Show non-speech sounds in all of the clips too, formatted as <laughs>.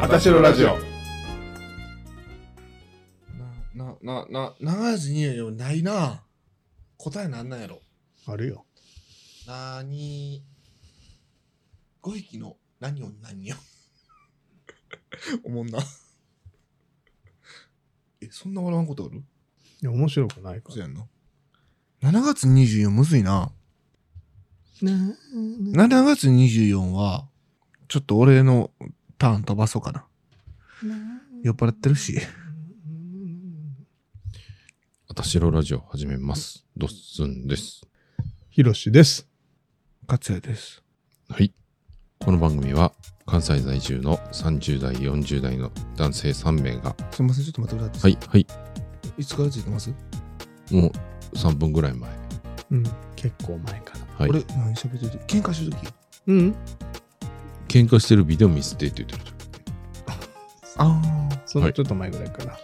あたしろラジオ。な、な、な、な、長ずによ、ないな。答えなんなんやろ。あるよ。なーに、五匹の何を何を。 <laughs> おもんな。 <laughs> え、そんな笑わんことあるいや、面白くないかそうやんな。7月24むずいな。ら。 7月24は、ちょっと俺のターン飛ばそうかな。酔っ払ってるし。あたしろラジオ始めます。ドッスンです。ひろしです。勝也です。はい。この番組は関西在住の30代、40代の男性3名が、すみません、ちょっと待ってくださ。はいい、はい、いつからついてますもう3分ぐらい前。うん。結構前から。はい。俺、何喋ってる喧嘩してる時うん。喧嘩してるビデオ見せてって言ってる。ああ。そのちょっと前ぐらいから。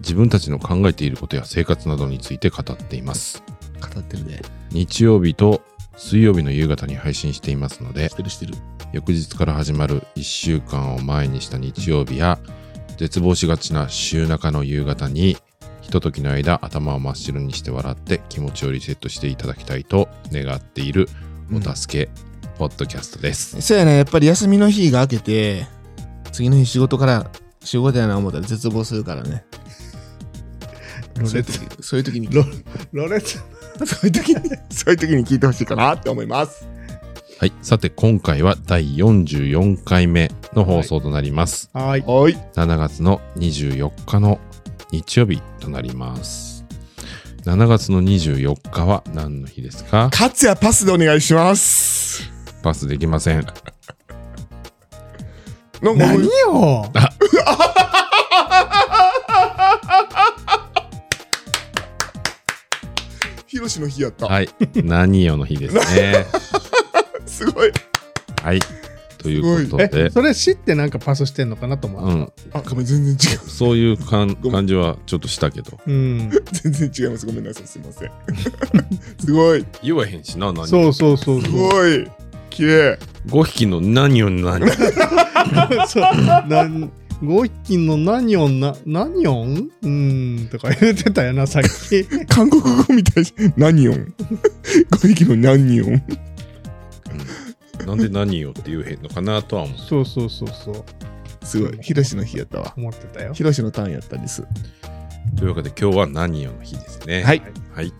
自分たちの考えていることや生活などについて語っています。語ってるね。日曜日と水曜日の夕方に配信していますのでし、てるしてる。翌日から始まる1週間を前にした日曜日や、絶望しがちな週中の夕方に、ひとときの間頭を真っ白にして笑って気持ちをリセットしていただきたいと願っているお助け、ポッドキャストです。そうやね、やっぱり休みの日が明けて、次の日仕事から、仕事やな思ったら絶望するから <laughs> ね。ロそういレうツ。時、そういう時に、ロロレツ。 <laughs> そういう時に、そういう時に聞いてほしいかなって思います。はい。さて、今回は第44回目の放送となります。はーい。はい。 7月の24日の日曜日となります。7月の24日は何の日ですか勝也パスでお願いします。パスできません。なんか何よヒロシの日やった。はい。何よの日ですね。 <laughs> すごい。はい。ということえ、で、それ知ってなんかパスしてんのかなと思うう。ん、あ、ごめん、全然違う。 <laughs> そういう感感じはちょっとしたけど。うん。全然違います。ごめんなさい。すいません。 <laughs> すごい。言わへんしな、何そうそうそうすそう。ごい。綺麗。 5匹の何よ <laughs> 何。そうなん五匹の何をな、何をんうん、とか言ってたよな、さっき。韓国語みたいし、何音 ?5 匹の何音なんで何よって言えへんのかなとは思う。そうそうそうそう。すごい。ヒロシの日やったわ。思ってたよ。ヒロシのターンやったんです。というわけで今日は何よの日ですね。はい。はい。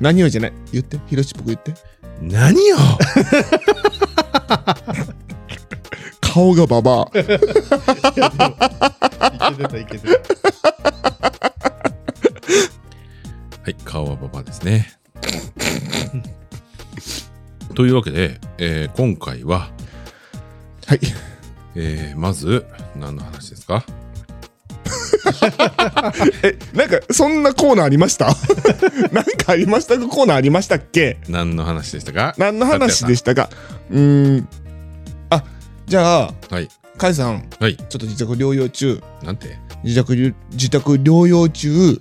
何をじゃない。言って。ヒロシっぽく言って。何よ顔がババア。いやでもいけてた、いけてた。はい、顔はババですね。というわけで、えー今回は、はい。えーまず何の話ですかえ、なんか、そんなコーナーありました <laughs> なんかありましたかコーナーありましたっけ何の話でしたか何の話でしたかうーん。あ、じゃあ、はい。カイさん、はい。ちょっと自宅療養中。なんて自宅療、自宅療養中、はいはい。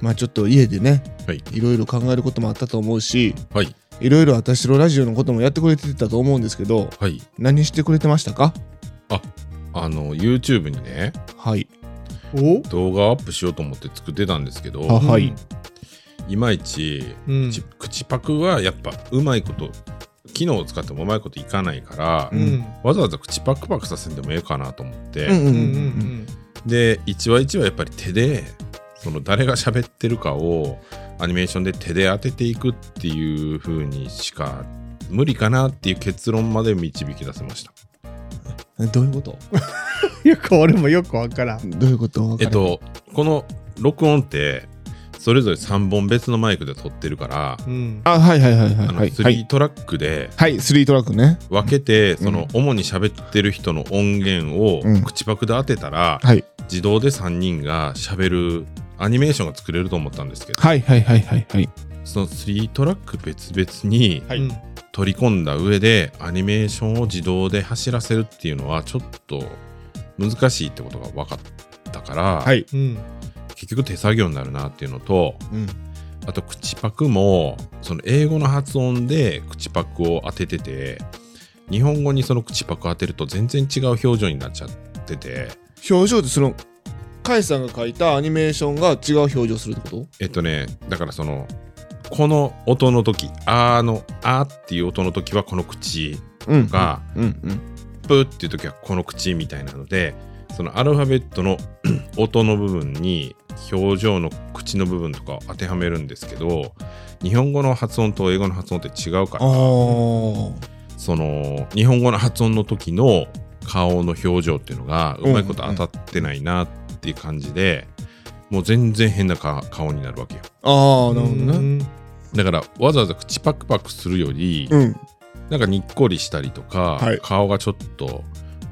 まあちょっと家でね、はい。いろいろ考えることもあったと思うし、はい。いろいろ私のラジオのこともやってくれてたと思うんですけど、はい。何してくれてましたかあの、YouTube にね、はい。お動画をアップしようと思って作ってたんですけあど、はい。いまいち、うん。口口パクはやっぱうまいこと、機能を使ってもうまいこといかないから、うん。わざわざ口パクパクさせんでもええかなと思って、うんううんんううんうん。んで、一話一話やっぱり手で、その誰が喋ってるかをアニメーションで手で当てていくっていう風にしか無理かなっていう結論まで導き出せました。えどういうことうん。よく俺もよくわからん。 <laughs> どういうことえっ、と、この録音って、それぞれ3本別のマイクで撮ってるから、うん。あ、はいはいはいはいあのはい。はい3、トラックではい、スリートラックね。分けて、うんその主に喋ってる人の音源をうん口パクで当てたら、はい。自動で3人が喋るアニメーションが作れると思ったんですけど、はいはいはいはいはい。その3トラック別々にははいい。取り込んだ上でアニメーションを自動で走らせるっていうのはちょっと難しいってことが分かったから、はい。うん。結局手作業になるなっていうのと、うん。あと口パクもその英語の発音で口パクを当ててて日本語にその口パク当てると全然違う表情になっちゃっってて、表情ってその、カイさんが描いたアニメーションが違う表情するってことえっとね、だからその、この音の時、あーの、あーっていう音の時はこの口うんとか、うんうん。プーっていう時はこの口みたいなので、そのアルファベットの <clears throat> 音の部分に表情の口の部分とかを当てはめるんですけど、日本語の発音と英語の発音って違うから、あその日本語の発音の時の顔の表情っていうのがうまいこと当たってないなっていう感じで、もう全然変なか顔になるわけよあ。ああ、なるほどね。ね。だからわざわざ口パクパクするより、うん。なんかにっこりしたりとか、はい顔がちょっと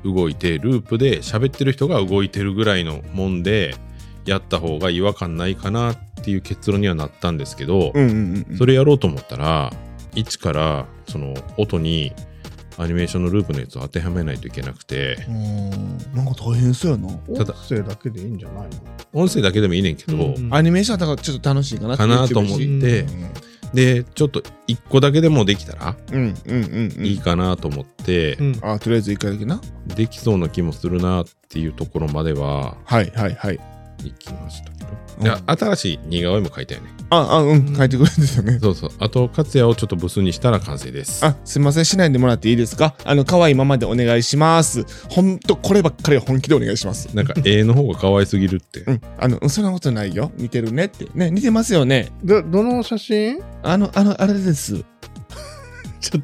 動いてループで喋ってる人が動いてるぐらいのもんでやった方が違和感ないかなっていう結論にはなったんですけど、うんうんうん。それ、れやろうと思ったら、一からその音にアニメーションのループのやつを当てはめないといけなくて、なんか大変そうやな。た音だ声だけでいいんじゃない音声だけでもいいねんけど、のアニメーションはだからちょっと楽しいかなかなと思っうて、んてで、ちょっと一個だけでもできたらうんうんうん。いいかなと思って、うんあ、とりあえず一回だけな。できそうな気もするなっていうところまでははいはいはい。行きましたけど、うんいや新しい似顔絵も描いたよね。あ、あ、うん、書いてくれるんですよね。そうそう。あと、勝也をちょっとブスにしたら完成です。あ、すいません、しないでもらっていいですかあの、可愛いままでお願いします。ほんと、こればっかりは本気でお願いします。なんか、絵の方が可愛すぎるって。うん、あの、うんそんなことないよ。似てるねって。ね、似てますよね。ど、どの写真あの、あの、あれ <laughs> です。ちょっ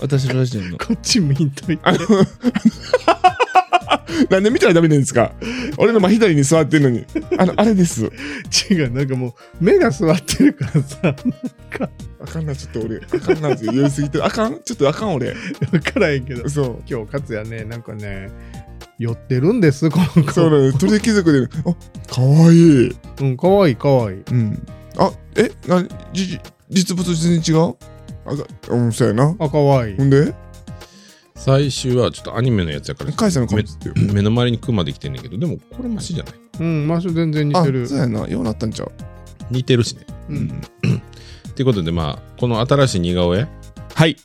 私のラジオのと、。こっち向いといてあ。の、なんで見たらダメなんですか俺の真左に座ってるのに。あの、あれです。違う、なんかもう、目が座ってるからさ、 <laughs> なんか、あかんな、ちょっと俺。あかんなって言いすぎて。あかんちょっとあかん俺。わからへんけど、そう。今日、勝也ね、なんかね、寄ってるんです、この子。そうなの、鳥貴族で、あ、かわいい。うん、かわいい、かわいい。うん。あ、え、な、じ、じ実物全然違うあ、がうん、そうやな。あ、かわいいほ。んで最終は、ちょっとアニメのやつやから、カイさんの顔映ってる。目の周りにクマできてんねんけど、でも、これマシじゃないうん、場所全然似あ、てるそ。うやな。ようなったんちゃう似てるしね。う。うんん。っていうことで、まあ、この新しい似顔絵、はい。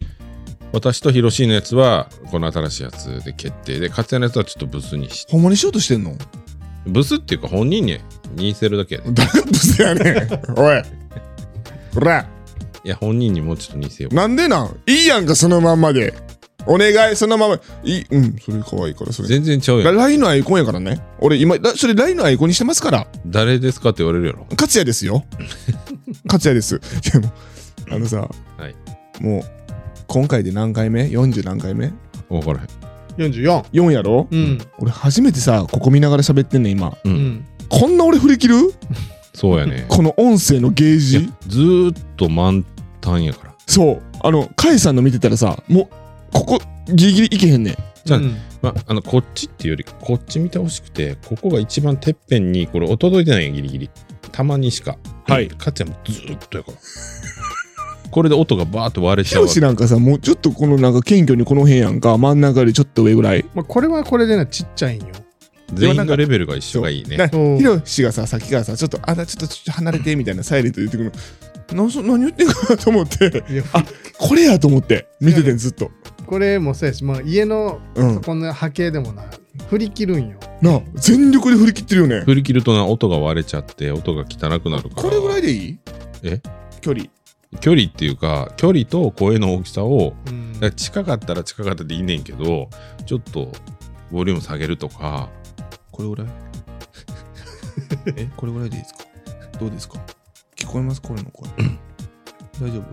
私とヒロシーのやつは、この新しいやつで決定で、勝也のやつはちょっとブスにし、ほんまにしようとしてんの <laughs> ブスっていうか本人に似せるだけやで。誰がブスやねん。 <laughs> おい。こら。いや、本人にもうちょっと似せよう。なんでなんいいやんか、そのまんまで。お願い、そのまま。いい、うん、それ可愛いから、それ。全然ちゃうやん。 LINE のアイコンやからね。俺、今、らそれ LINE のアイコンにしてますから。誰ですかって言われるやろ。勝也です <laughs> よ。勝也です。でも、あのさ、はいもう、今回で何回目 ?40 何回目分からへん。 44。 ?4 やろ、うん。俺、初めてさ、ここ見ながら喋ってんねん、今。うんうん。こんな俺振り切るそうやね。この音声のゲーいやジ。ずーっと満タンやから。そう。あの、カイさんの見てたらさ、もう、ここ、ギリギリいけへんねん。じゃあうんまあ、あの、こっちっていうより、こっち見てほしくて、ここが一番てっぺんに、これ、お届いてないやんギリギリ。たまにしか。はいかっちゃんもずーっとやから。これで音がバーっと割れちヒゃうロわシなんかさ、もうちょっとこのなんか謙虚にこの辺やんか、真ん中よりちょっと上ぐらい。まあ、これはこれでね、ちっちゃいんよ。全員のレベルが一緒がいいね。なそうヒロシがさ、さっきからさ、ちょっと、あだ、ちょっとちょっと離れてみたいなサイレント言ってくるの。なそ何言ってんかなと思って、いやこれやと思って、見ててんずっと。これもそうやし、まあ、家のうんそ。この波形でもな、振り切るんよ。なあ、全力で振り切ってるよね。振り切るとな、音が割れちゃって、音が汚くなるから。これぐらいでいいえ距離。距離っていうか、距離と声の大きさを、うんだから近かったら近かったでいいねんけど、ちょっと、ボリューム下げるとか、これぐらい <laughs> え、これぐらいでいいですかどうですか聞こえますこれの声。大丈夫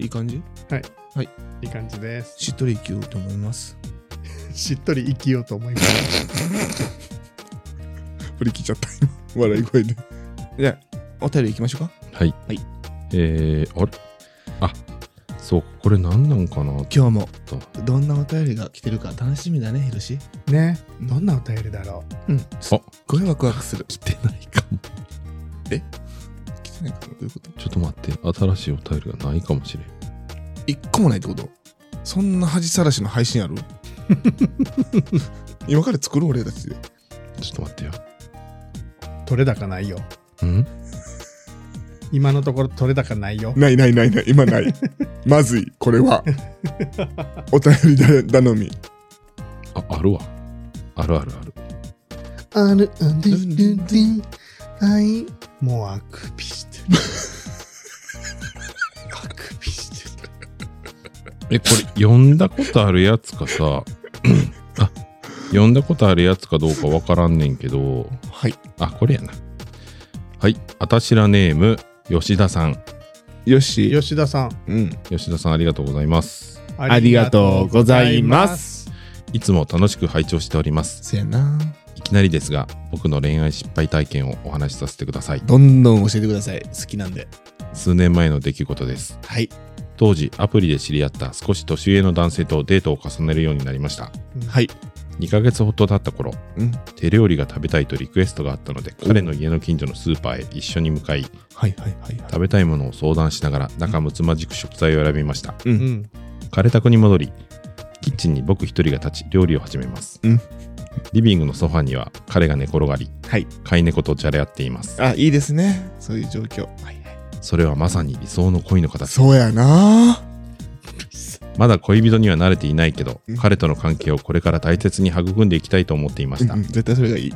いい感じいい感じです。しっとりいきようと思います。しっとり生きようと思います。振り切っちゃった、今。笑い声で。じゃあ、お便り行きましょうか。はい。はいえー、あれあ、そう、これ何なんかな今日もと。どんなお便りが来てるか楽しみだね、ヒロシ。ね。どんなお便りだろうん。あ、ごいワクワクする。来てないかも。来てないかなどういうことちょっと待って、新しいお便りがないかもしれん。一個もないってことそんな恥さらしの配信ある今から作ろう俺たちで。ちょっと待ってよ。う。取れ高ないよ。ん今のところ取れ高ないよ。ないないないない、今ない。まずい、これは。お便りだ頼み。あ、あるわ。あるあるある。あるあるるるはい。もうあくびして <laughs> る。あくびしてる。え、これ、読んだことあるやつかさ、あ、読んだことあるやつかどうかわからんねんけど、はい。あ、これやな。はい。あたしらネーム、吉田さん。よし。吉田さん、うん。吉田さん、ありがとうございます。あ。りがとうございますいつも楽しく拝聴しております。そやな。いきなりですが、僕の恋愛失敗体験をお話しさせてください。どんどん教えてください。好きなんで。数年前の出来事です。はい。当時、アプリで知り合った少し年上の男性とデートを重ねるようになりました。はい。 2ヶ月ほど経った頃、うん。手料理が食べたいとリクエストがあったので、彼の家の近所のスーパーへ一緒に向かい、はいはいはいはい。食べたいものを相談しながら仲睦まじく食材を選びましたううんん。枯れたに戻りキッチンに僕一人が立ち料理を始めます、うんリビングのソファには彼が寝転がりはい。飼い猫とじゃれ合っていますあ、いいですね。そういう状況。はいはい。それはまさに理想の恋の形そうやな。まだ恋人には慣れていないけど、うん彼との関係をこれから大切に育んでいきたいと思っていました、うんうん絶対それがいい。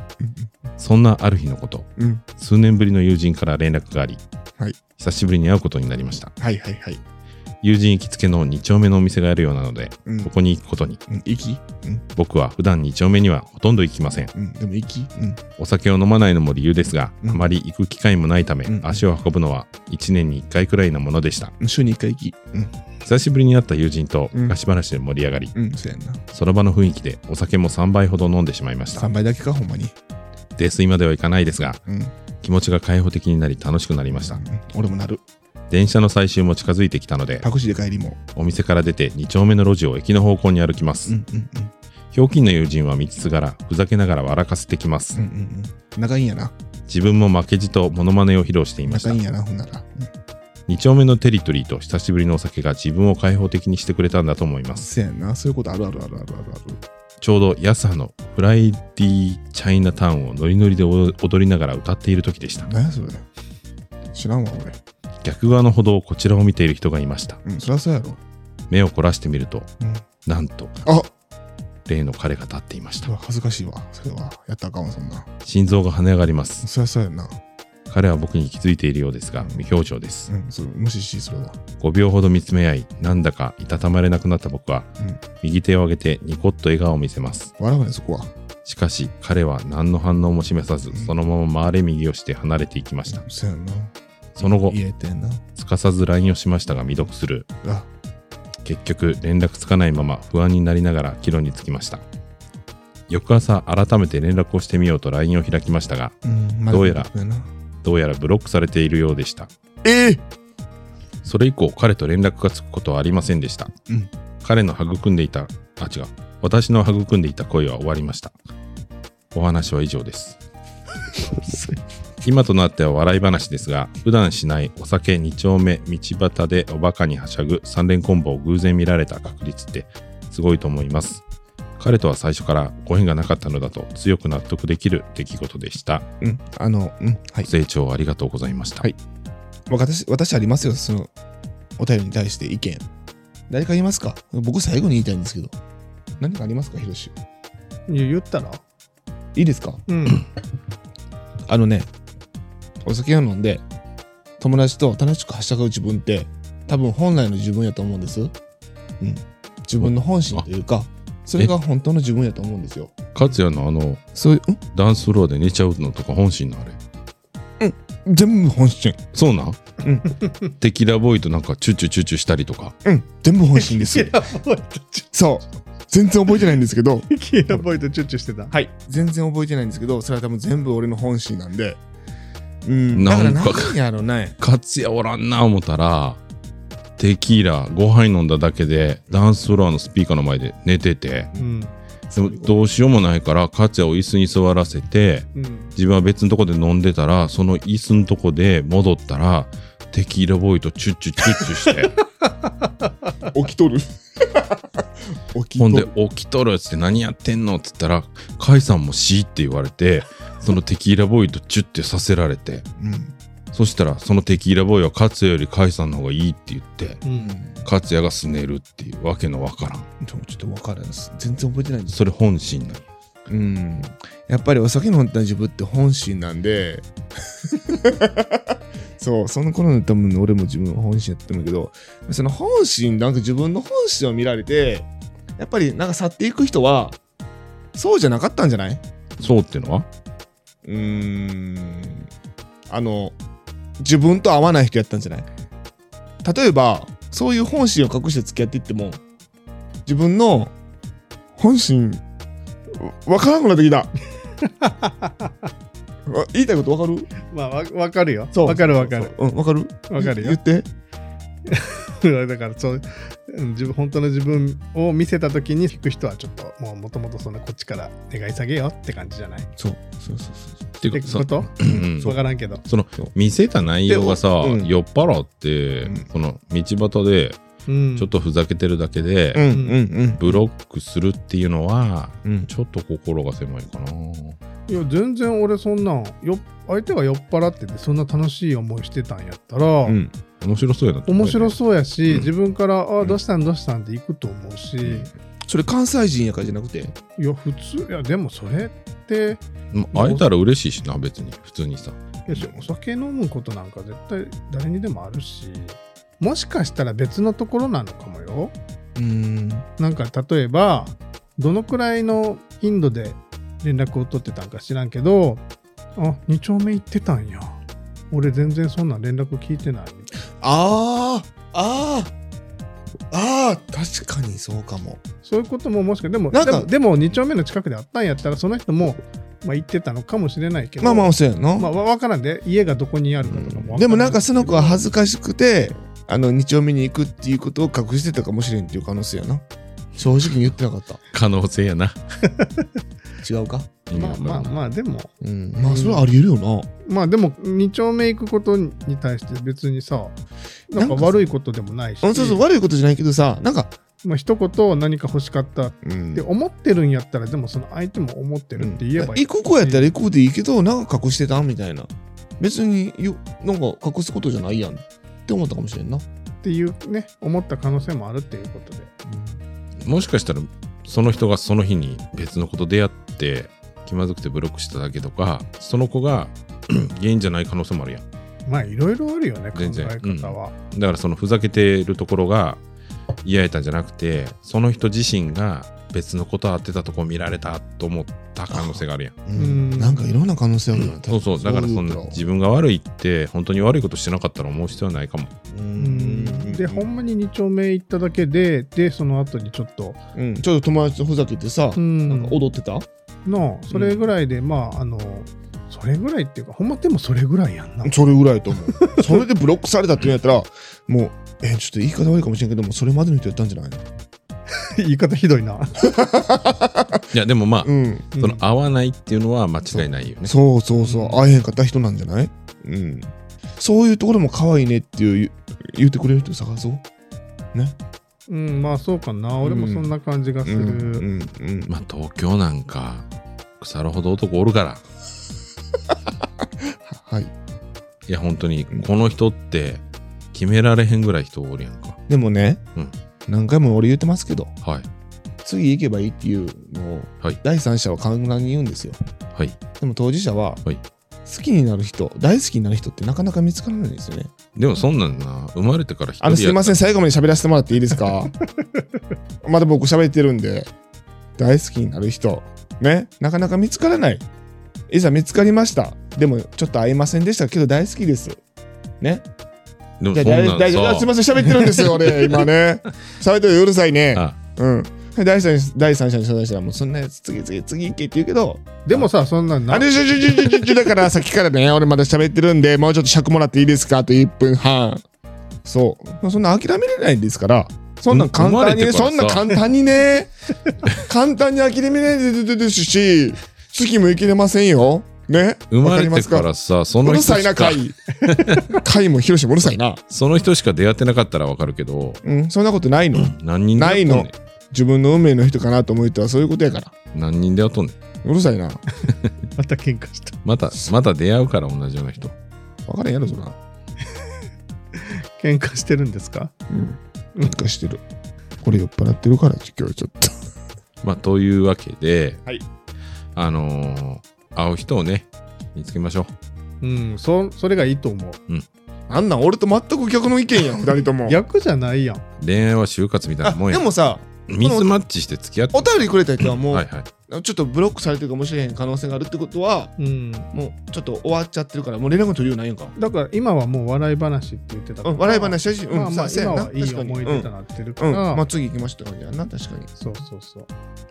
そんなある日のことうんうん。数年ぶりの友人から連絡があり、はい久しぶりに会うことになりましたはいはいはい。友人行きつけの2丁目のお店があるようなのでうんこ。こに行くことにうん息うん。僕は普段2丁目にはほとんど行きませんうん。でも息うん。お酒を飲まないのも理由ですが、うんあまり行く機会もないため、うん足を運ぶのは1年に1回くらいなものでしたうん週に一回息うん。久しぶりに会った友人とうん昔話で盛り上がり、うん。そうやな。その場の雰囲気でお酒も3杯ほど飲んでしまいました3倍だけか、ほんまに。泥酔まではいかないですがうん。気持ちが開放的になり楽しくなりましたうん俺もなる。電車の最終も近づいてきたのでタクシーで帰りも。お店から出て2丁目の路地を駅の方向に歩きます、うんうんうん。ひょうきんの友人は道すがらふざけながら笑かせてきます、うんうんうん。仲いいんやな。自分も負けじとモノマネを披露していました仲いいんやな、ほんなら。 2丁目のテリトリーと久しぶりのお酒が自分を開放的にしてくれたんだと思いまうん。すそうやな。そういうことあるあるあるあるあるある。ちょうど安葉のフライディチャイナタウンをノリノリで踊りながら歌っている時でした何やそれ知らんわ俺逆側の歩道をこちらを見ている人がいましたうんそりゃそうやろ、目を凝らしてみるとうん、なんとあ例の彼が立っていましちょたっと恥ずかしいわそれはやったらあかんわそんな心臓が跳ね上がりますそりゃそうやな彼は僕に気づいているようですが無表情ですうんそれ無視しそれは5秒ほど見つめ合いなんだかいたたまれなくなった僕はうん右手を上げてニコッと笑顔を見せます笑うねそこはしかし彼は何の反応も示さずそのまま回れ右をして離れていきましたそうやなその後言えてんなすかさず LINE をしましたが未読するあ結局連絡つかないまま不安になりながら帰路につきました翌朝改めて連絡をしてみようと LINE を開きましたがうんまどうやらそうなどうやらブロックされているようでしたええそれ以降彼と連絡がつくことはありませんでした、うん彼の育んでいたあ違う私の育んでいた恋は終わりましたお話は以上 <laughs> です今となっては笑い話ですが普段しないお酒2丁目道端でおバカにはしゃぐ三連コンボを偶然見られた確率ってすごいと思います彼とは最初からご縁がなかったのだと強く納得できる出来事でしたうんあのうんはいご清聴ありがとうございました、はい私私ありますよそのお便りに対して意見誰か言いますか僕最後に言いたいんですけど何かありますかひろしいや言ったらいいですか <laughs> うん。あのね、お酒を飲んで、友達と楽しくはしゃぐ自分って、多分本来の自分やと思うんです。うん。自分の本心というか、それが本当の自分やと思うんですよ。勝也のあのそういう、ダンスフロアで寝ちゃうのとか本心のあれん全部本心。そうなんうテキラボーイとなんかチュチュチュチュしたりとかうん。全部本心です <laughs> キ。ラボイとチそう。全然覚えてないんですけど、ュ、キラボイとチュッチュしてた。はい。 <laughs> 全然覚えてないんですけど、それは多分全部俺の本心なんで、うん。だなかんらか何やろね。勝也おらんな思ったらテキーラ5杯飲んだだけでダンスフロアのスピーカーの前で寝ててうん。でもどうしようもないから勝也を椅子に座らせてうん。自分は別のとこで飲んでたらその椅子のとこで戻ったらテキーラボーイとチュッチュチュッチュし <laughs> て起きとる。起きほとんでる。起きとるっつって何やってんのっつったら甲斐さんもしーって言われてそのテキーラボーイとチュッてさせられてうん。そしたらそのテキーラボーイは勝也より甲斐さんの方がいいって言ってう。うんん勝也がすねるっていうわけのわからんでもちょっと分からんです。全然覚えてないんです。それ本心なのうん、やっぱりお酒飲んだ自分って本心なんで <laughs> そうその頃の多分俺も自分本心やってるんだけどその本心なんか自分の本心を見られてやっぱりなんか去っていく人はそうじゃなかったんじゃないそうってのはうーんあの自分と合わない人やったんじゃない例えばそういう本心を隠して付き合っていっても自分の本心わからなくなってきた <laughs> わ言いたいことわかるまあ、わわかるよ。そうわかるわかる。そううんわかるわかる言ってよ。 <laughs> だから、そう、うん自分、本当の自分を見せたときに弾く人は、ちょっと、もう、もともとそんなこっちから願い下げよって感じじゃないっそうそうそうそうってていうかそこ、とうんわからんけど。その見せた内容がさ、うん酔っ払って、うんこの道端でうんちょっとふざけてるだけで、うんうんブロックするっていうのはうんうんちょっと心が狭いかな。いや全然俺そんなんよ相手が酔っ払っててそんな楽しい思いしてたんやったら、うん面白そうやなって思う面よ白ね、そうやし、うん自分から「あうあんどうしたんどうしたん」って行くと思うし、それ関西人やからじゃなくていや普通いやでもそれってまあ会えたら嬉しいしな別に普通にさ。いやしお酒飲むことなんか絶対誰にでもあるしもしかしたら別のところなのかもようんなんか例えばどのくらいの頻度で連絡を取ってたんか知らんけどあ2丁目行ってたんや俺全然そんなん連絡聞いてないみたいなあーあーあー確かにそうかもそういうことももしかでもなんでかもでも2丁目の近くであったんやったらその人も、まあ、行ってたのかもしれないけどまあまあそうやな、まあわ分からんで家がどこにあるかとかもわらでもなんかその子は恥ずずかしくてあの2丁目に行くっていうことを隠してたかもしれんっていう可能性やな正直に言ってなかった可能性やな。違うかまあまあまあでもうんまあそれはありえるよなまあでも2丁目行くことに対して別にさなんかなんか悪いことでもないしうんそうそう悪いことじゃないけどさなんかまあ一言何か欲しかったっうんて思ってるんやったらでもその相手も思ってるって言えばいい、行く子やったら行く子でいいけどなんか隠してたみたいな別によなんか隠すことじゃないやんって思ったかもしれんな、っていうね思った可能性もあるっていうことでもしかしたらその人がその日に別の子と出会って気まずくてブロックしただけとかその子が <clears throat> 原因じゃない可能性もあるやんまあいろいろあるよね考え全然方は、だからそのふざけてるところが嫌やったんじゃなくてその人自身が別の子と会ってたとこ見られたと思った可能性があるやんうんうんなんかいろんな可能性あるよな、そうそうだからそんな自分が悪いって本当に悪いことしてなかったら思う必要はないかもうんでほんまに2丁目行っただけででその後にちょっと、うんちょっと友達とふざけてさ、うんなんか踊ってたのそれぐらいで、まああのそれぐらいっていうかほんまでもそれぐらい <laughs> やんなそれぐらいと思う。それでブロックされたって言うんやったら、もう、え、ちょっと言い方悪いかもしれんけども、それまでの人やったんじゃないの言い方ひどいな、いやでもまあ、うん。うんその会わないっていうのは間違いないよねそうそうそう、会えへんかった人なんじゃないうん。そういうところも可愛いねっていう言言ってくれる人探そう。うんまあそうかな俺もそんな感じがすうる、んうんうん。まあ東京なんか腐るほど男おるからはい。いや本当にこの人って決められへんぐらい人おるやんかでもね、うん何回も俺言ってますけど、はい次行けばいいっていうのを、はい第三者は簡単に言うんですよ。はいでも当事者は、はい好きになる人、大好きになる人ってなかなか見つからないんですよね。でもそんなんな生まれてから一人あのすいまんせん最後まで喋らせてもらっていいです <laughs> かまだ僕喋ってるんで大好きになる人ねなかなか見つからないいざ見つかりましたでもちょっと会えませんでしたけど大好きですねでもじそゃあんな大ん大丈夫あすいさません喋ってるんですよ <laughs> 俺今ね喋ってるうるさいねあうん第三者第三者に謝罪したらもうそんなやつ次次次行けって言うけどでもさそんなんあなれちょちょちょちょちょちょだからさっきからね俺まだ喋ってるんでもうちょっと尺もらっていいですかあと1分半そうそんな諦めれないですからそんなん簡単にねうん生まそれんなてからさ簡単にね簡単に諦めないですし月も行けれませんよね生まわれりまてすかからさそうのる人さいしなか会 <laughs> 会も広しもうるさいなその人しか出会ってなかったらわかるけどうんそんなことないの何人出会っとんねんない自分の運命の人かなと思う人はそういうことやから何人出会っとんねんうるさいなまた喧嘩したまたまた出会うから同じような人分からんやろそら喧嘩してるんですかうんなんかしてるこれ酔っ払ってるから今日ちょっとまあというわけで、はいあのー会う人をね、見つけましょうん、そそれがいいと思う。あんなん俺と全く逆の意見や <laughs> ん、二人とも。逆じゃないやん。う。恋愛は就活みたいあなもんでや。もさ、ミスマッチして付き合って。お便りくれた人はもう、はいはい。ちょっとブロックされてるかもしれへん可能性があるってことは、うん。もうちょっと終わっちゃってるから、もう連絡取りようないんか。だから今はもう笑い話って言ってたかうら。ん、笑い話やし、うん、まあまあさ今はいい確かに思い出となってるかうん、うん、ら。まあ次行きましたやな、確かに。そうそうそう。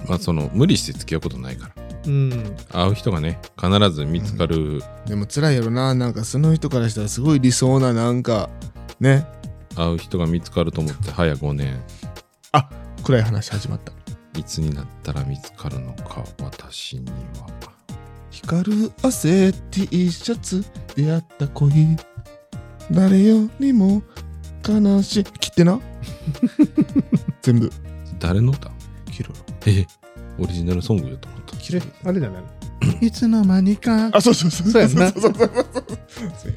まあその、無理して付き合うことないから。うん。会う人がね、必ず見つかる、でも辛いやろな、なんかその人からしたらすごい理想な、なんか、ね、会う人が見つかると思って、早5年。暗い話始まった。いつになったら見つかるのか、私には。光る汗 T シャツ出会った恋誰よりも悲しい切って <laughs> な全部誰の歌切るえ、オリジナルソングよと思った。それあれじ <laughs> ゃないのいつの間にか。あそうそうそうそうやんなそうそうそうそう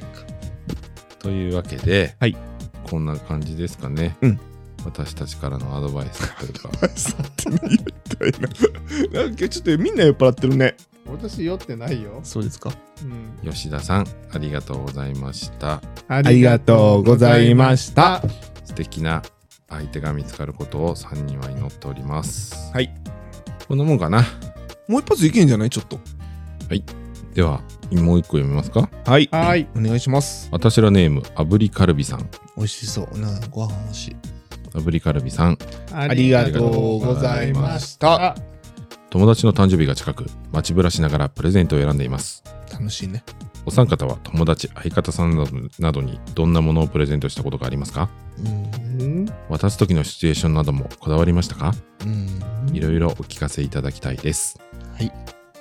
というわけで、はいこんな感じですかね、うん私たちからのアドバイスというか <laughs> さてみたいななんかちょっとみんな酔っ払ってるね私酔ってないよ。そうですかうん。吉田さんありがとうございましたあありがとうございましした素敵な相手が見つかることを3人は祈っておりますはいこんなもんかなもう一発いけんじゃないちょっとではもう一個読みますかはいた。はーい。お願いします私らネームあぶりカルビさん美味しそうなご飯欲しいあぶりカルビさんあありがとうございました。友達の誕生日が近く街ぶらしながらプレゼントを選んでいます楽しいねお三方は友達相方さんなどなどにどんなものをプレゼントしたことがありますかうんうん。渡す時のシチュエーションなどもこだわりましたかうんいろいろお聞かせいただきたいです。はい。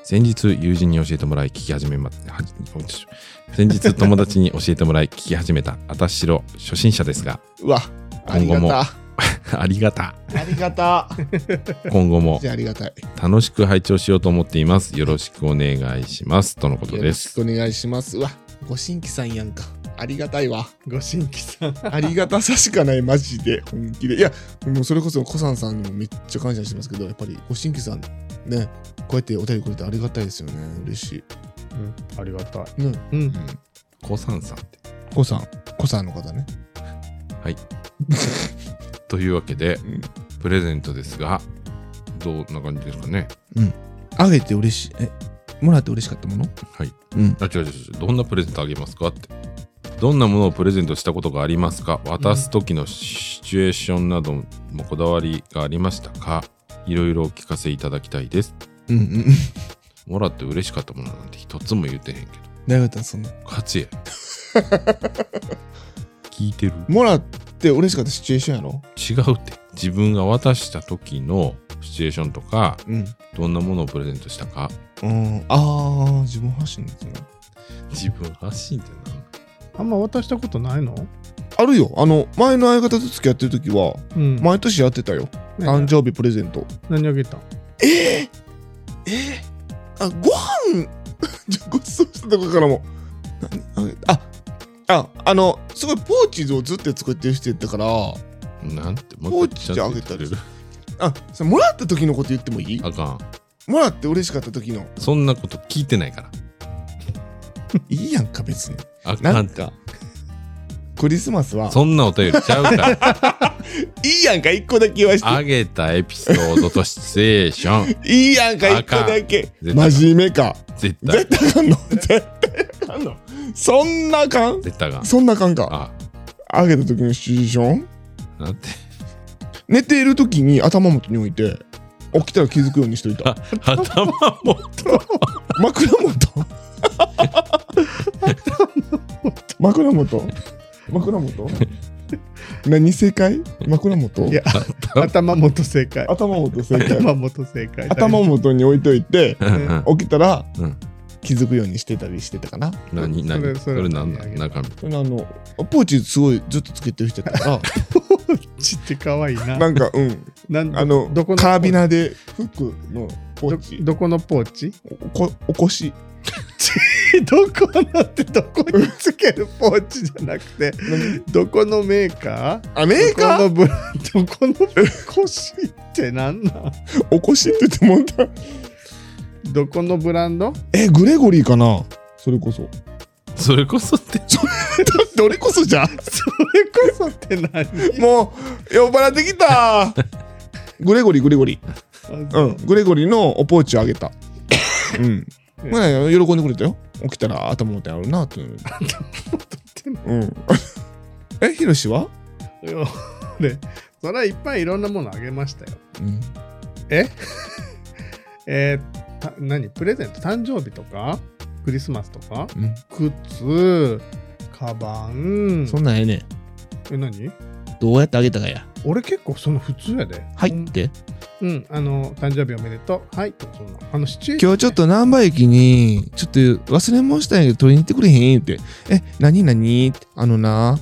先日友人に教えてもらい聞き始めま、はじごめんなさい先日友達に教えてもらい聞き始めたあたしろ初心者ですが、うわありが今後も <laughs> たありがた。ありがた。今後もじゃあありがたい。楽しく拝聴しようと思っています。よろしくお願いします。とのことよろでしす。くお願いします。うわ、ご新規さんやんか。ありがたいわ。ご新規さん。ありがたさしかない、マジで。本気で。いや、もうそれこそ、コサンさんにもめっちゃ感謝してますけど、やっぱりご新規さん、ね、こうやってお便りくれてありがたいですよね。嬉しうん。ありがたい。い。ね、うん。コさんさんって。コさん、コさんの方ね。というわけで、うんプレゼントですが、どんな感じですかね。あげて嬉しい。え、もらって嬉しかったものはい。うん。あ、違う違う違う。どんなプレゼントあげますかって。どんなものをプレゼントしたことがありますか渡す時のシチュエーションなどもこだわりがありましたかいろいろお聞かせいただきたいです。うんうん。もらって嬉しかったものなんて一つも言ってへんけど。誰がったその。勝ちや。 <laughs> 聞いてるもらって嬉しかったシチュエーションやろ違うって。自分が渡した時のシチュエーションとか、うん。どんなものをプレゼントしたか。うん。あー、自分発信ですね。自分発信ってなんあんま渡したことないのあるよ。あの、前の相方と付き合ってる時は、うん。毎年やってたよ。ね誕生日プレゼント。何あげたんええええあ、ご飯 <laughs> じゃごちそうしたとこからも。何あ、あ、あの、すごいポーチをずっと作ってる人やったから、なんて、ポもーチであげたりちゃんと言ってくれるあ、それもらった時のこと言ってもいいあかん。もらって嬉しかった時の。そんなこと聞いてないから。いいやんか、別に。あかなんんか、クリスマスは、そんなお便りちゃうから。いいやんか、一個だけ言わして。あげたエピソードとシチュエーション。いいやんか、あ一個かんだけ。絶対真面目か。絶対。絶対あかんの <laughs> 絶対あかんのそんなあかん絶対が。そんなあかんかあ、あげた時のシチュエーションなんて。寝ている時に頭元に置いて起きたら気づくようにしといた頭も。枕元枕元枕元何正解枕元いや頭元正解。頭元正解頭元正解。頭元に置いといてうん起きたらうん気づくようにしてたりしてたかな <laughs> 何それ何そそれれなんな何あんげた中身。それあのポーチすごいずっとつけてる人やったからちって可愛い <laughs> な。なんか、うん。なんあの、どこのカービナで、フックのポどーチ、どこのポーチおこ、おこし。 <laughs> どこのってどこにつけるポーチじゃなくてどこのメーカーあ、メーカーどこのブランドどこの腰ってなんなんおこしって言ってもらった。どこのブランドえグレゴリーかなそれこそそれこそって <laughs> どれこそじゃそれこそって何もう酔っ払ってきた <laughs> グレゴリーグレゴリーうん、グレゴリーのおポーチをあげ <laughs> た。うん。まあ、喜んでくれたよ。起きたら頭持ってあるなって。うん。え、ヒロシは、いや俺それはいっぱいいろんなものあげましたようん、 <laughs> えーた何プレゼント誕生日とかクリスマスとかうん。靴カバンそんなんええねんえ何どうやってあげたかや。俺結構その普通やではいうんって。うんあの誕生日おめでとうはいとかそんなあのシチュエーション今日ちょっと難波駅に、ちょっと忘れ物したんやけど取りに行ってくれへんって。え、なになにあのな、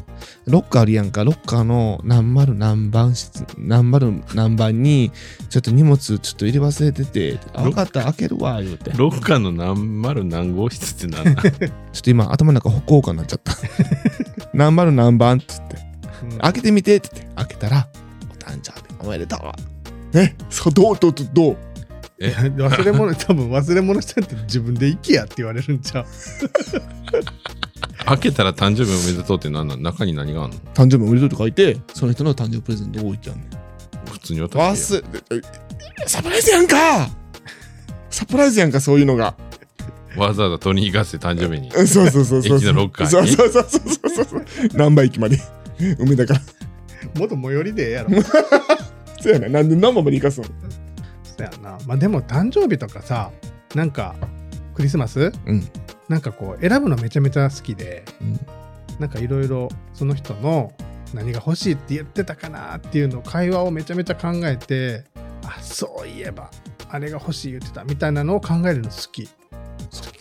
ロッカーあるやんか。ロッカーの何丸何番室、何丸何番に、ちょっと荷物ちょっと入れ忘れてて。あ、ロ分かった、開けるわ、言うて。ロッカーの何丸何号室ってなんだちょっと今頭の中歩行感になっちゃ <laughs> った。何番の何番っつって、うん開けてみてって言って、開けたら、お誕生日おめでとう。え、そう、どうどうどうどういや <laughs> 忘れ物多分忘れ物したって自分で「IKEA」って言われるんちゃう開けたら誕生日おめでとうって何なん中に何があんの誕生日おめでとうって書いて、その人の誕生日プレゼントを置いてあるねん。普通に渡わしてす、えサプライズやんかサプライズやんか、そういうのが。わざわざ取りに行かせて誕生日にうんそうそうそうそう。駅のロッカーにそうそうそうそうそうそう。何倍駅まで。梅だから。元最寄りでええやろそうやな。なんで何番まで行かすのそやなまあでも誕生日とかさなんかクリスマスうん。なんかこう選ぶのめちゃめちゃ好きでうんなんかいろいろその人の何が欲しいって言ってたかなっていうのを会話をめちゃめちゃ考えてあそういえばあれが欲しい言ってたみたいなのを考えるの好き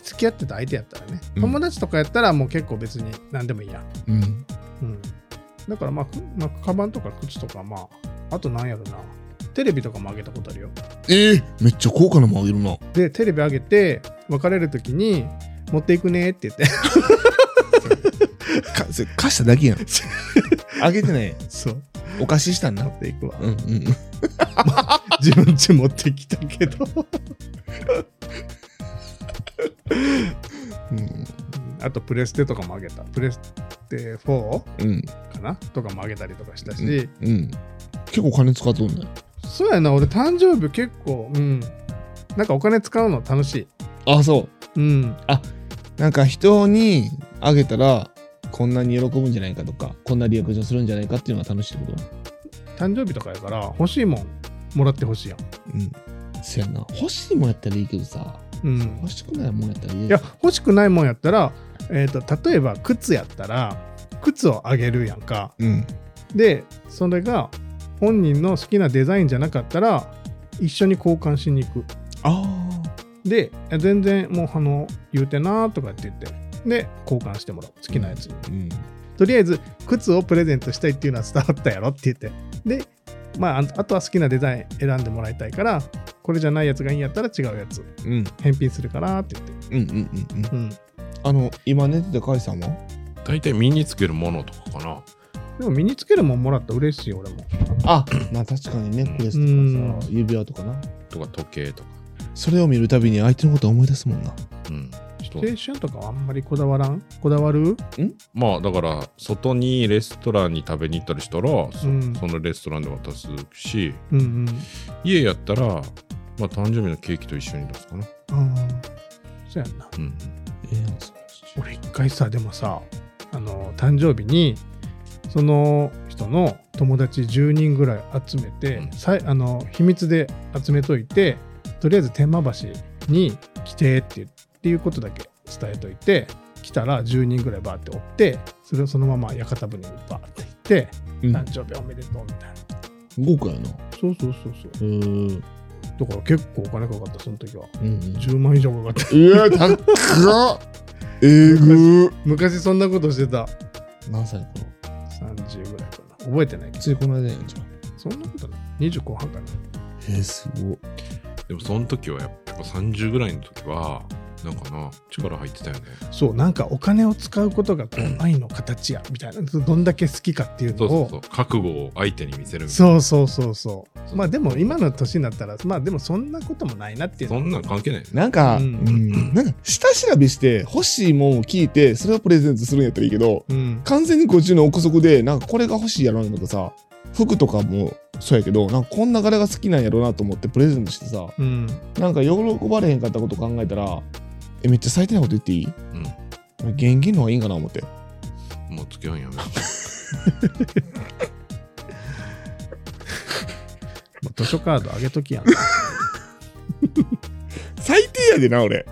付き合ってた相手やったらね、うん友達とかやったらもう結構別に何でもいいやんうん。うん、だからまあ、くまあ、カバンとか靴とかまああとなんやろなテレビとかもあげたことあるよえー、めっちゃ高価なもんあげるな。でテレビあげて別れる時に持っていくねって言って <laughs> かそれ貸しただけやん <laughs> あげてないそうお貸ししたん持なっていくわ、うんうん自分家持ってきたけどあとプレステとかもあげたプレステ4うんかなとかもあげたりとかしたし、うん結構金使っとんねそうやな俺誕生日結構うんなんかお金使うの楽しいあそうんうなんか人にあげたらこんなに喜ぶんじゃないかとかこんなリアクションするんじゃないかっていうのが楽しいってこと誕生日とかやから欲しいもんもらってほしいやんうんそやな欲しいもんやったらいいけどさ、うん欲しくないもんやったらいいいや欲しくないもんやったら、えー、と例えば靴やったら靴をあげるやんかうんでそれが本人の好きなデザインじゃなかったら一緒に交換しに行くあでいや全然もうあの言うてなーとかって言ってで交換してもらう好きなやつに、あうんとりあえず靴をプレゼントしたいっていうのは伝わったやろって言ってでまあああとは好きなデザイン選んでもらいたいからこれじゃないやつがいいんやったら違うやつうん返品するからって言っうてんうんうんうんうんあの今寝てた甲斐さんは大体身につけるものとかかなでも身につけるもんもらったら嬉しいよ俺もあまあ確かにネックレスとかさ指輪とかなとか時計とかそれを見るたびに相手のことを思い出すもんなうんそう青春とかはあんまりこだわらんこだわるまあだから外にレストランに食べに行ったりしたらそ,、うんのレストランで渡すしうんうん家やったらまあ誕生日のケーキと一緒に出すかなああそうやんなうんええやんそのシチュエーション俺一回さでもさあの誕生日にその人の友達10人ぐらい集めて、うんさいあの秘密で集めといてとりあえず天満橋に来てっていうっていうことだけ伝えといて来たら10人ぐらいバーって追ってそれをそのまま屋形船にバーって行って、うん誕生日おめでとうみたいな豪華やなそうそうそうそううーだから結構お金かかったその時はうんうん10万以上かかった <laughs> うわ高っ <laughs> えぐ昔そんなことしてた何歳の頃30ぐらいかな覚えてないけついこの間やんじゃんどそんなことない20後半かなえー、すごいでもその時はやっぱ30ぐらいの時はなんかな力入ってたよねそうなんかお金を使うことがこう愛の形やみたいなどんだけ好きかっていうのそうそうをそう覚悟を相手に見せるみたいそうそうそうそうそうまあでも今の年になったらまあでもそんなこともないなっていなうのそんなん関係ないねなんか、ううんん、なんか、下調べして欲しいもんを聞いて、それをプレゼントするんやったらいいけど、うん完全にこっちの憶測で、なんかこれが欲しいやろなとかさ、服とかもそうやけど、なんかこんな柄が好きなんやろなと思ってプレゼントしてさ、うんなんか喜ばれへんかったこと考えたら、え、めっちゃ最低なこと言っていい現金の方がいいんかな思って。うんもう付き合うんやめろもう図書カードあげとき <laughs> やん最低やでな、俺。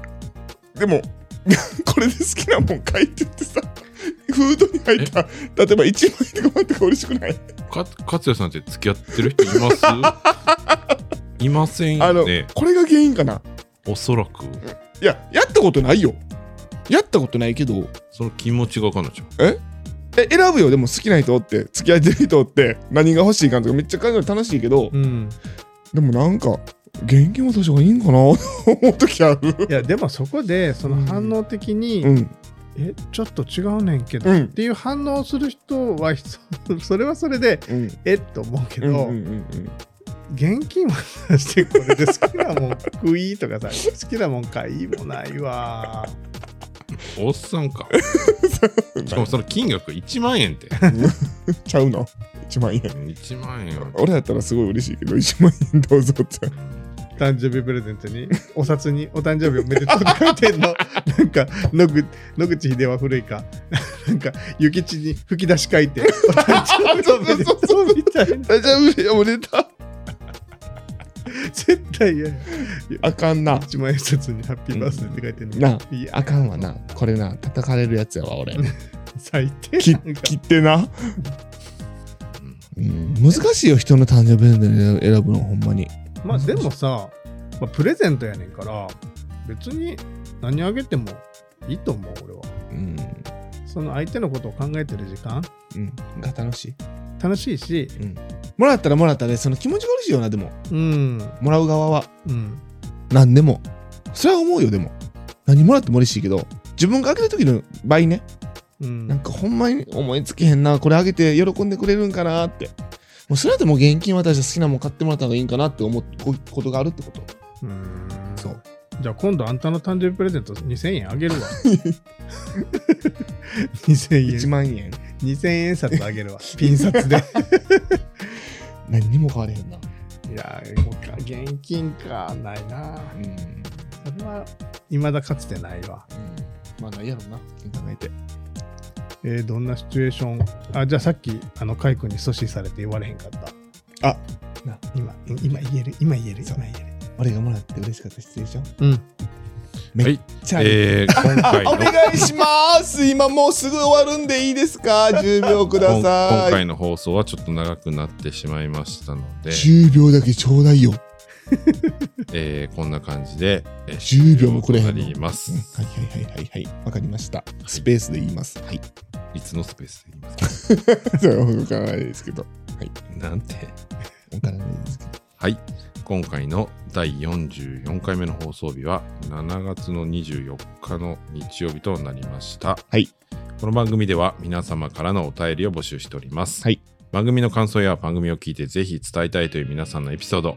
でも、 <laughs> これで好きなもん買いって言ってさ、 <laughs> フードに入った、例えば1万円とか万とか嬉しくないか勝也さんって付き合ってる人います <laughs> いませんあよのね、これが原因かな。おそらくいや、やったことないよ。やったことないけど、その気持ちが分かんないでしょえ、選ぶよ、でも好きな人おって、付き合ってる人おって、何が欲しいかとかめっちゃ考えるの楽しいけど、うんでもなんか、現金渡しがいいんかな <laughs> 思うときある。いやでもそこでその反応的に、うん、えちょっと違うねんけど、うんっていう反応をする人はそ <laughs> それはそれでうん、えっと思うけうん、うど、ん、うん。現金渡してこれで好きなもん食いとかさ好きなもん買いもないわおっさ <laughs> んかしかもその金額1万円ってちゃうの ?1 万円。 1 <laughs> 万円は俺だったらすごい嬉しいけど、1万円どうぞって。 <laughs> 誕生日プレゼントにお札にお誕生日おめでとうって書いてんのなんか野口野口秀は古いかなんか諭吉に吹き出し書いてお誕生日おめでとうみたいな大丈夫や、俺だ。絶対嫌やあかんな。一万円札にハッピーバースデーって書いてんの、ないやあかんわな。これな、叩かれるやつやわ、俺。最低きなんか切ってな。うん、難しいよ、人の誕生日プレゼント選ぶの、ほんまに。まあでもさ、まあ、プレゼントやねんから別に何あげてもいいと思う俺はうん。その相手のことを考えてる時間うん。が楽しい。楽しいしもらったらもらったで、その気持ちが嬉しいよな、でも。うんもらう側は。うん何でも。それは思うよ、でも。何もらっても嬉しいけど、自分があげた時の倍ね、うなんんかほんまに思いつけへんな、これあげて喜んでくれるんかなって。もうそれだともう現金渡して好きなもん買ってもらった方がいいんかなって思うこことがあるってこと。うんそう。じゃあ今度あんたの誕生日プレゼント2000円あ <laughs> げるわ2000 1円万円。 2000円札あげるわ <laughs> ピン札で何にも変われへんな。いやーそうか現金かないなうん。うんそれは未だかつてないわまあないやろな、考えて。えーどんなシチュエーションあじゃあさっきあのカイ君に阻止されて言われへんかったあな今今言える今言える今言える俺がもらって嬉しかったシチュエーション。うんめっちゃあるえー、<laughs> 今あ回のお願いします今もうすぐ終わるんでいいですか10秒くこんだ今さい回の放送はちょっと長くなってしまいましたので、 10秒だけちょうだいよえーこんな感じで、えー10秒もくれへんの終わります、うんはいはいはいはいはいわかりましたスペースで言いますはい <laughs> いつのスペースで言いますかそれは分からないですけどなんて分からないですけどはい今回の第44回目の放送日は7月の24日の日曜日となりましたはいこの番組では皆様からのお便りを募集しております、はい番組の感想や番組を聞いてぜひ伝えたいという皆さんのエピソード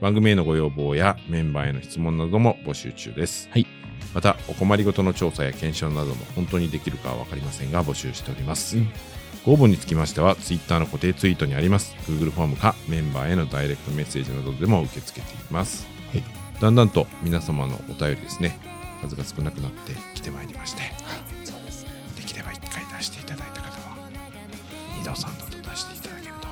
番組へのご要望やメンバーへの質問なども募集中です、はいまたお困りごとの調査や検証なども本当にできるかは分かりませんが募集しております、うんご応募につきましては Twitter の固定ツイートにあります Google フォームかメンバーへのダイレクトメッセージなどでも受け付けています、はいだんだんと皆様のお便りですね数が少なくなってきてまいりましてそうですできれば1回出していただいた方は2度3度と出していただけると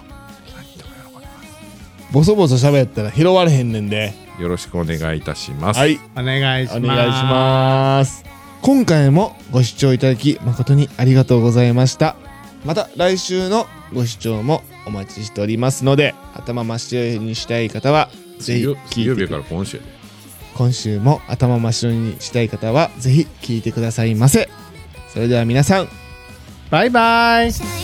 何とも喜びますボソボソ喋ったら拾われへんねんでよろしくお願いいたします。はいお願いしますお願いします今回もご視聴いただき誠にありがとうございましたまた来週のご視聴もお待ちしておりますので頭真っ白にしたい方はぜひ水曜水聞曜いて日から今週で。今週も頭真っ白にしたい方はぜひ聞いてくださいませそれでは皆さんバイバ「イシャイ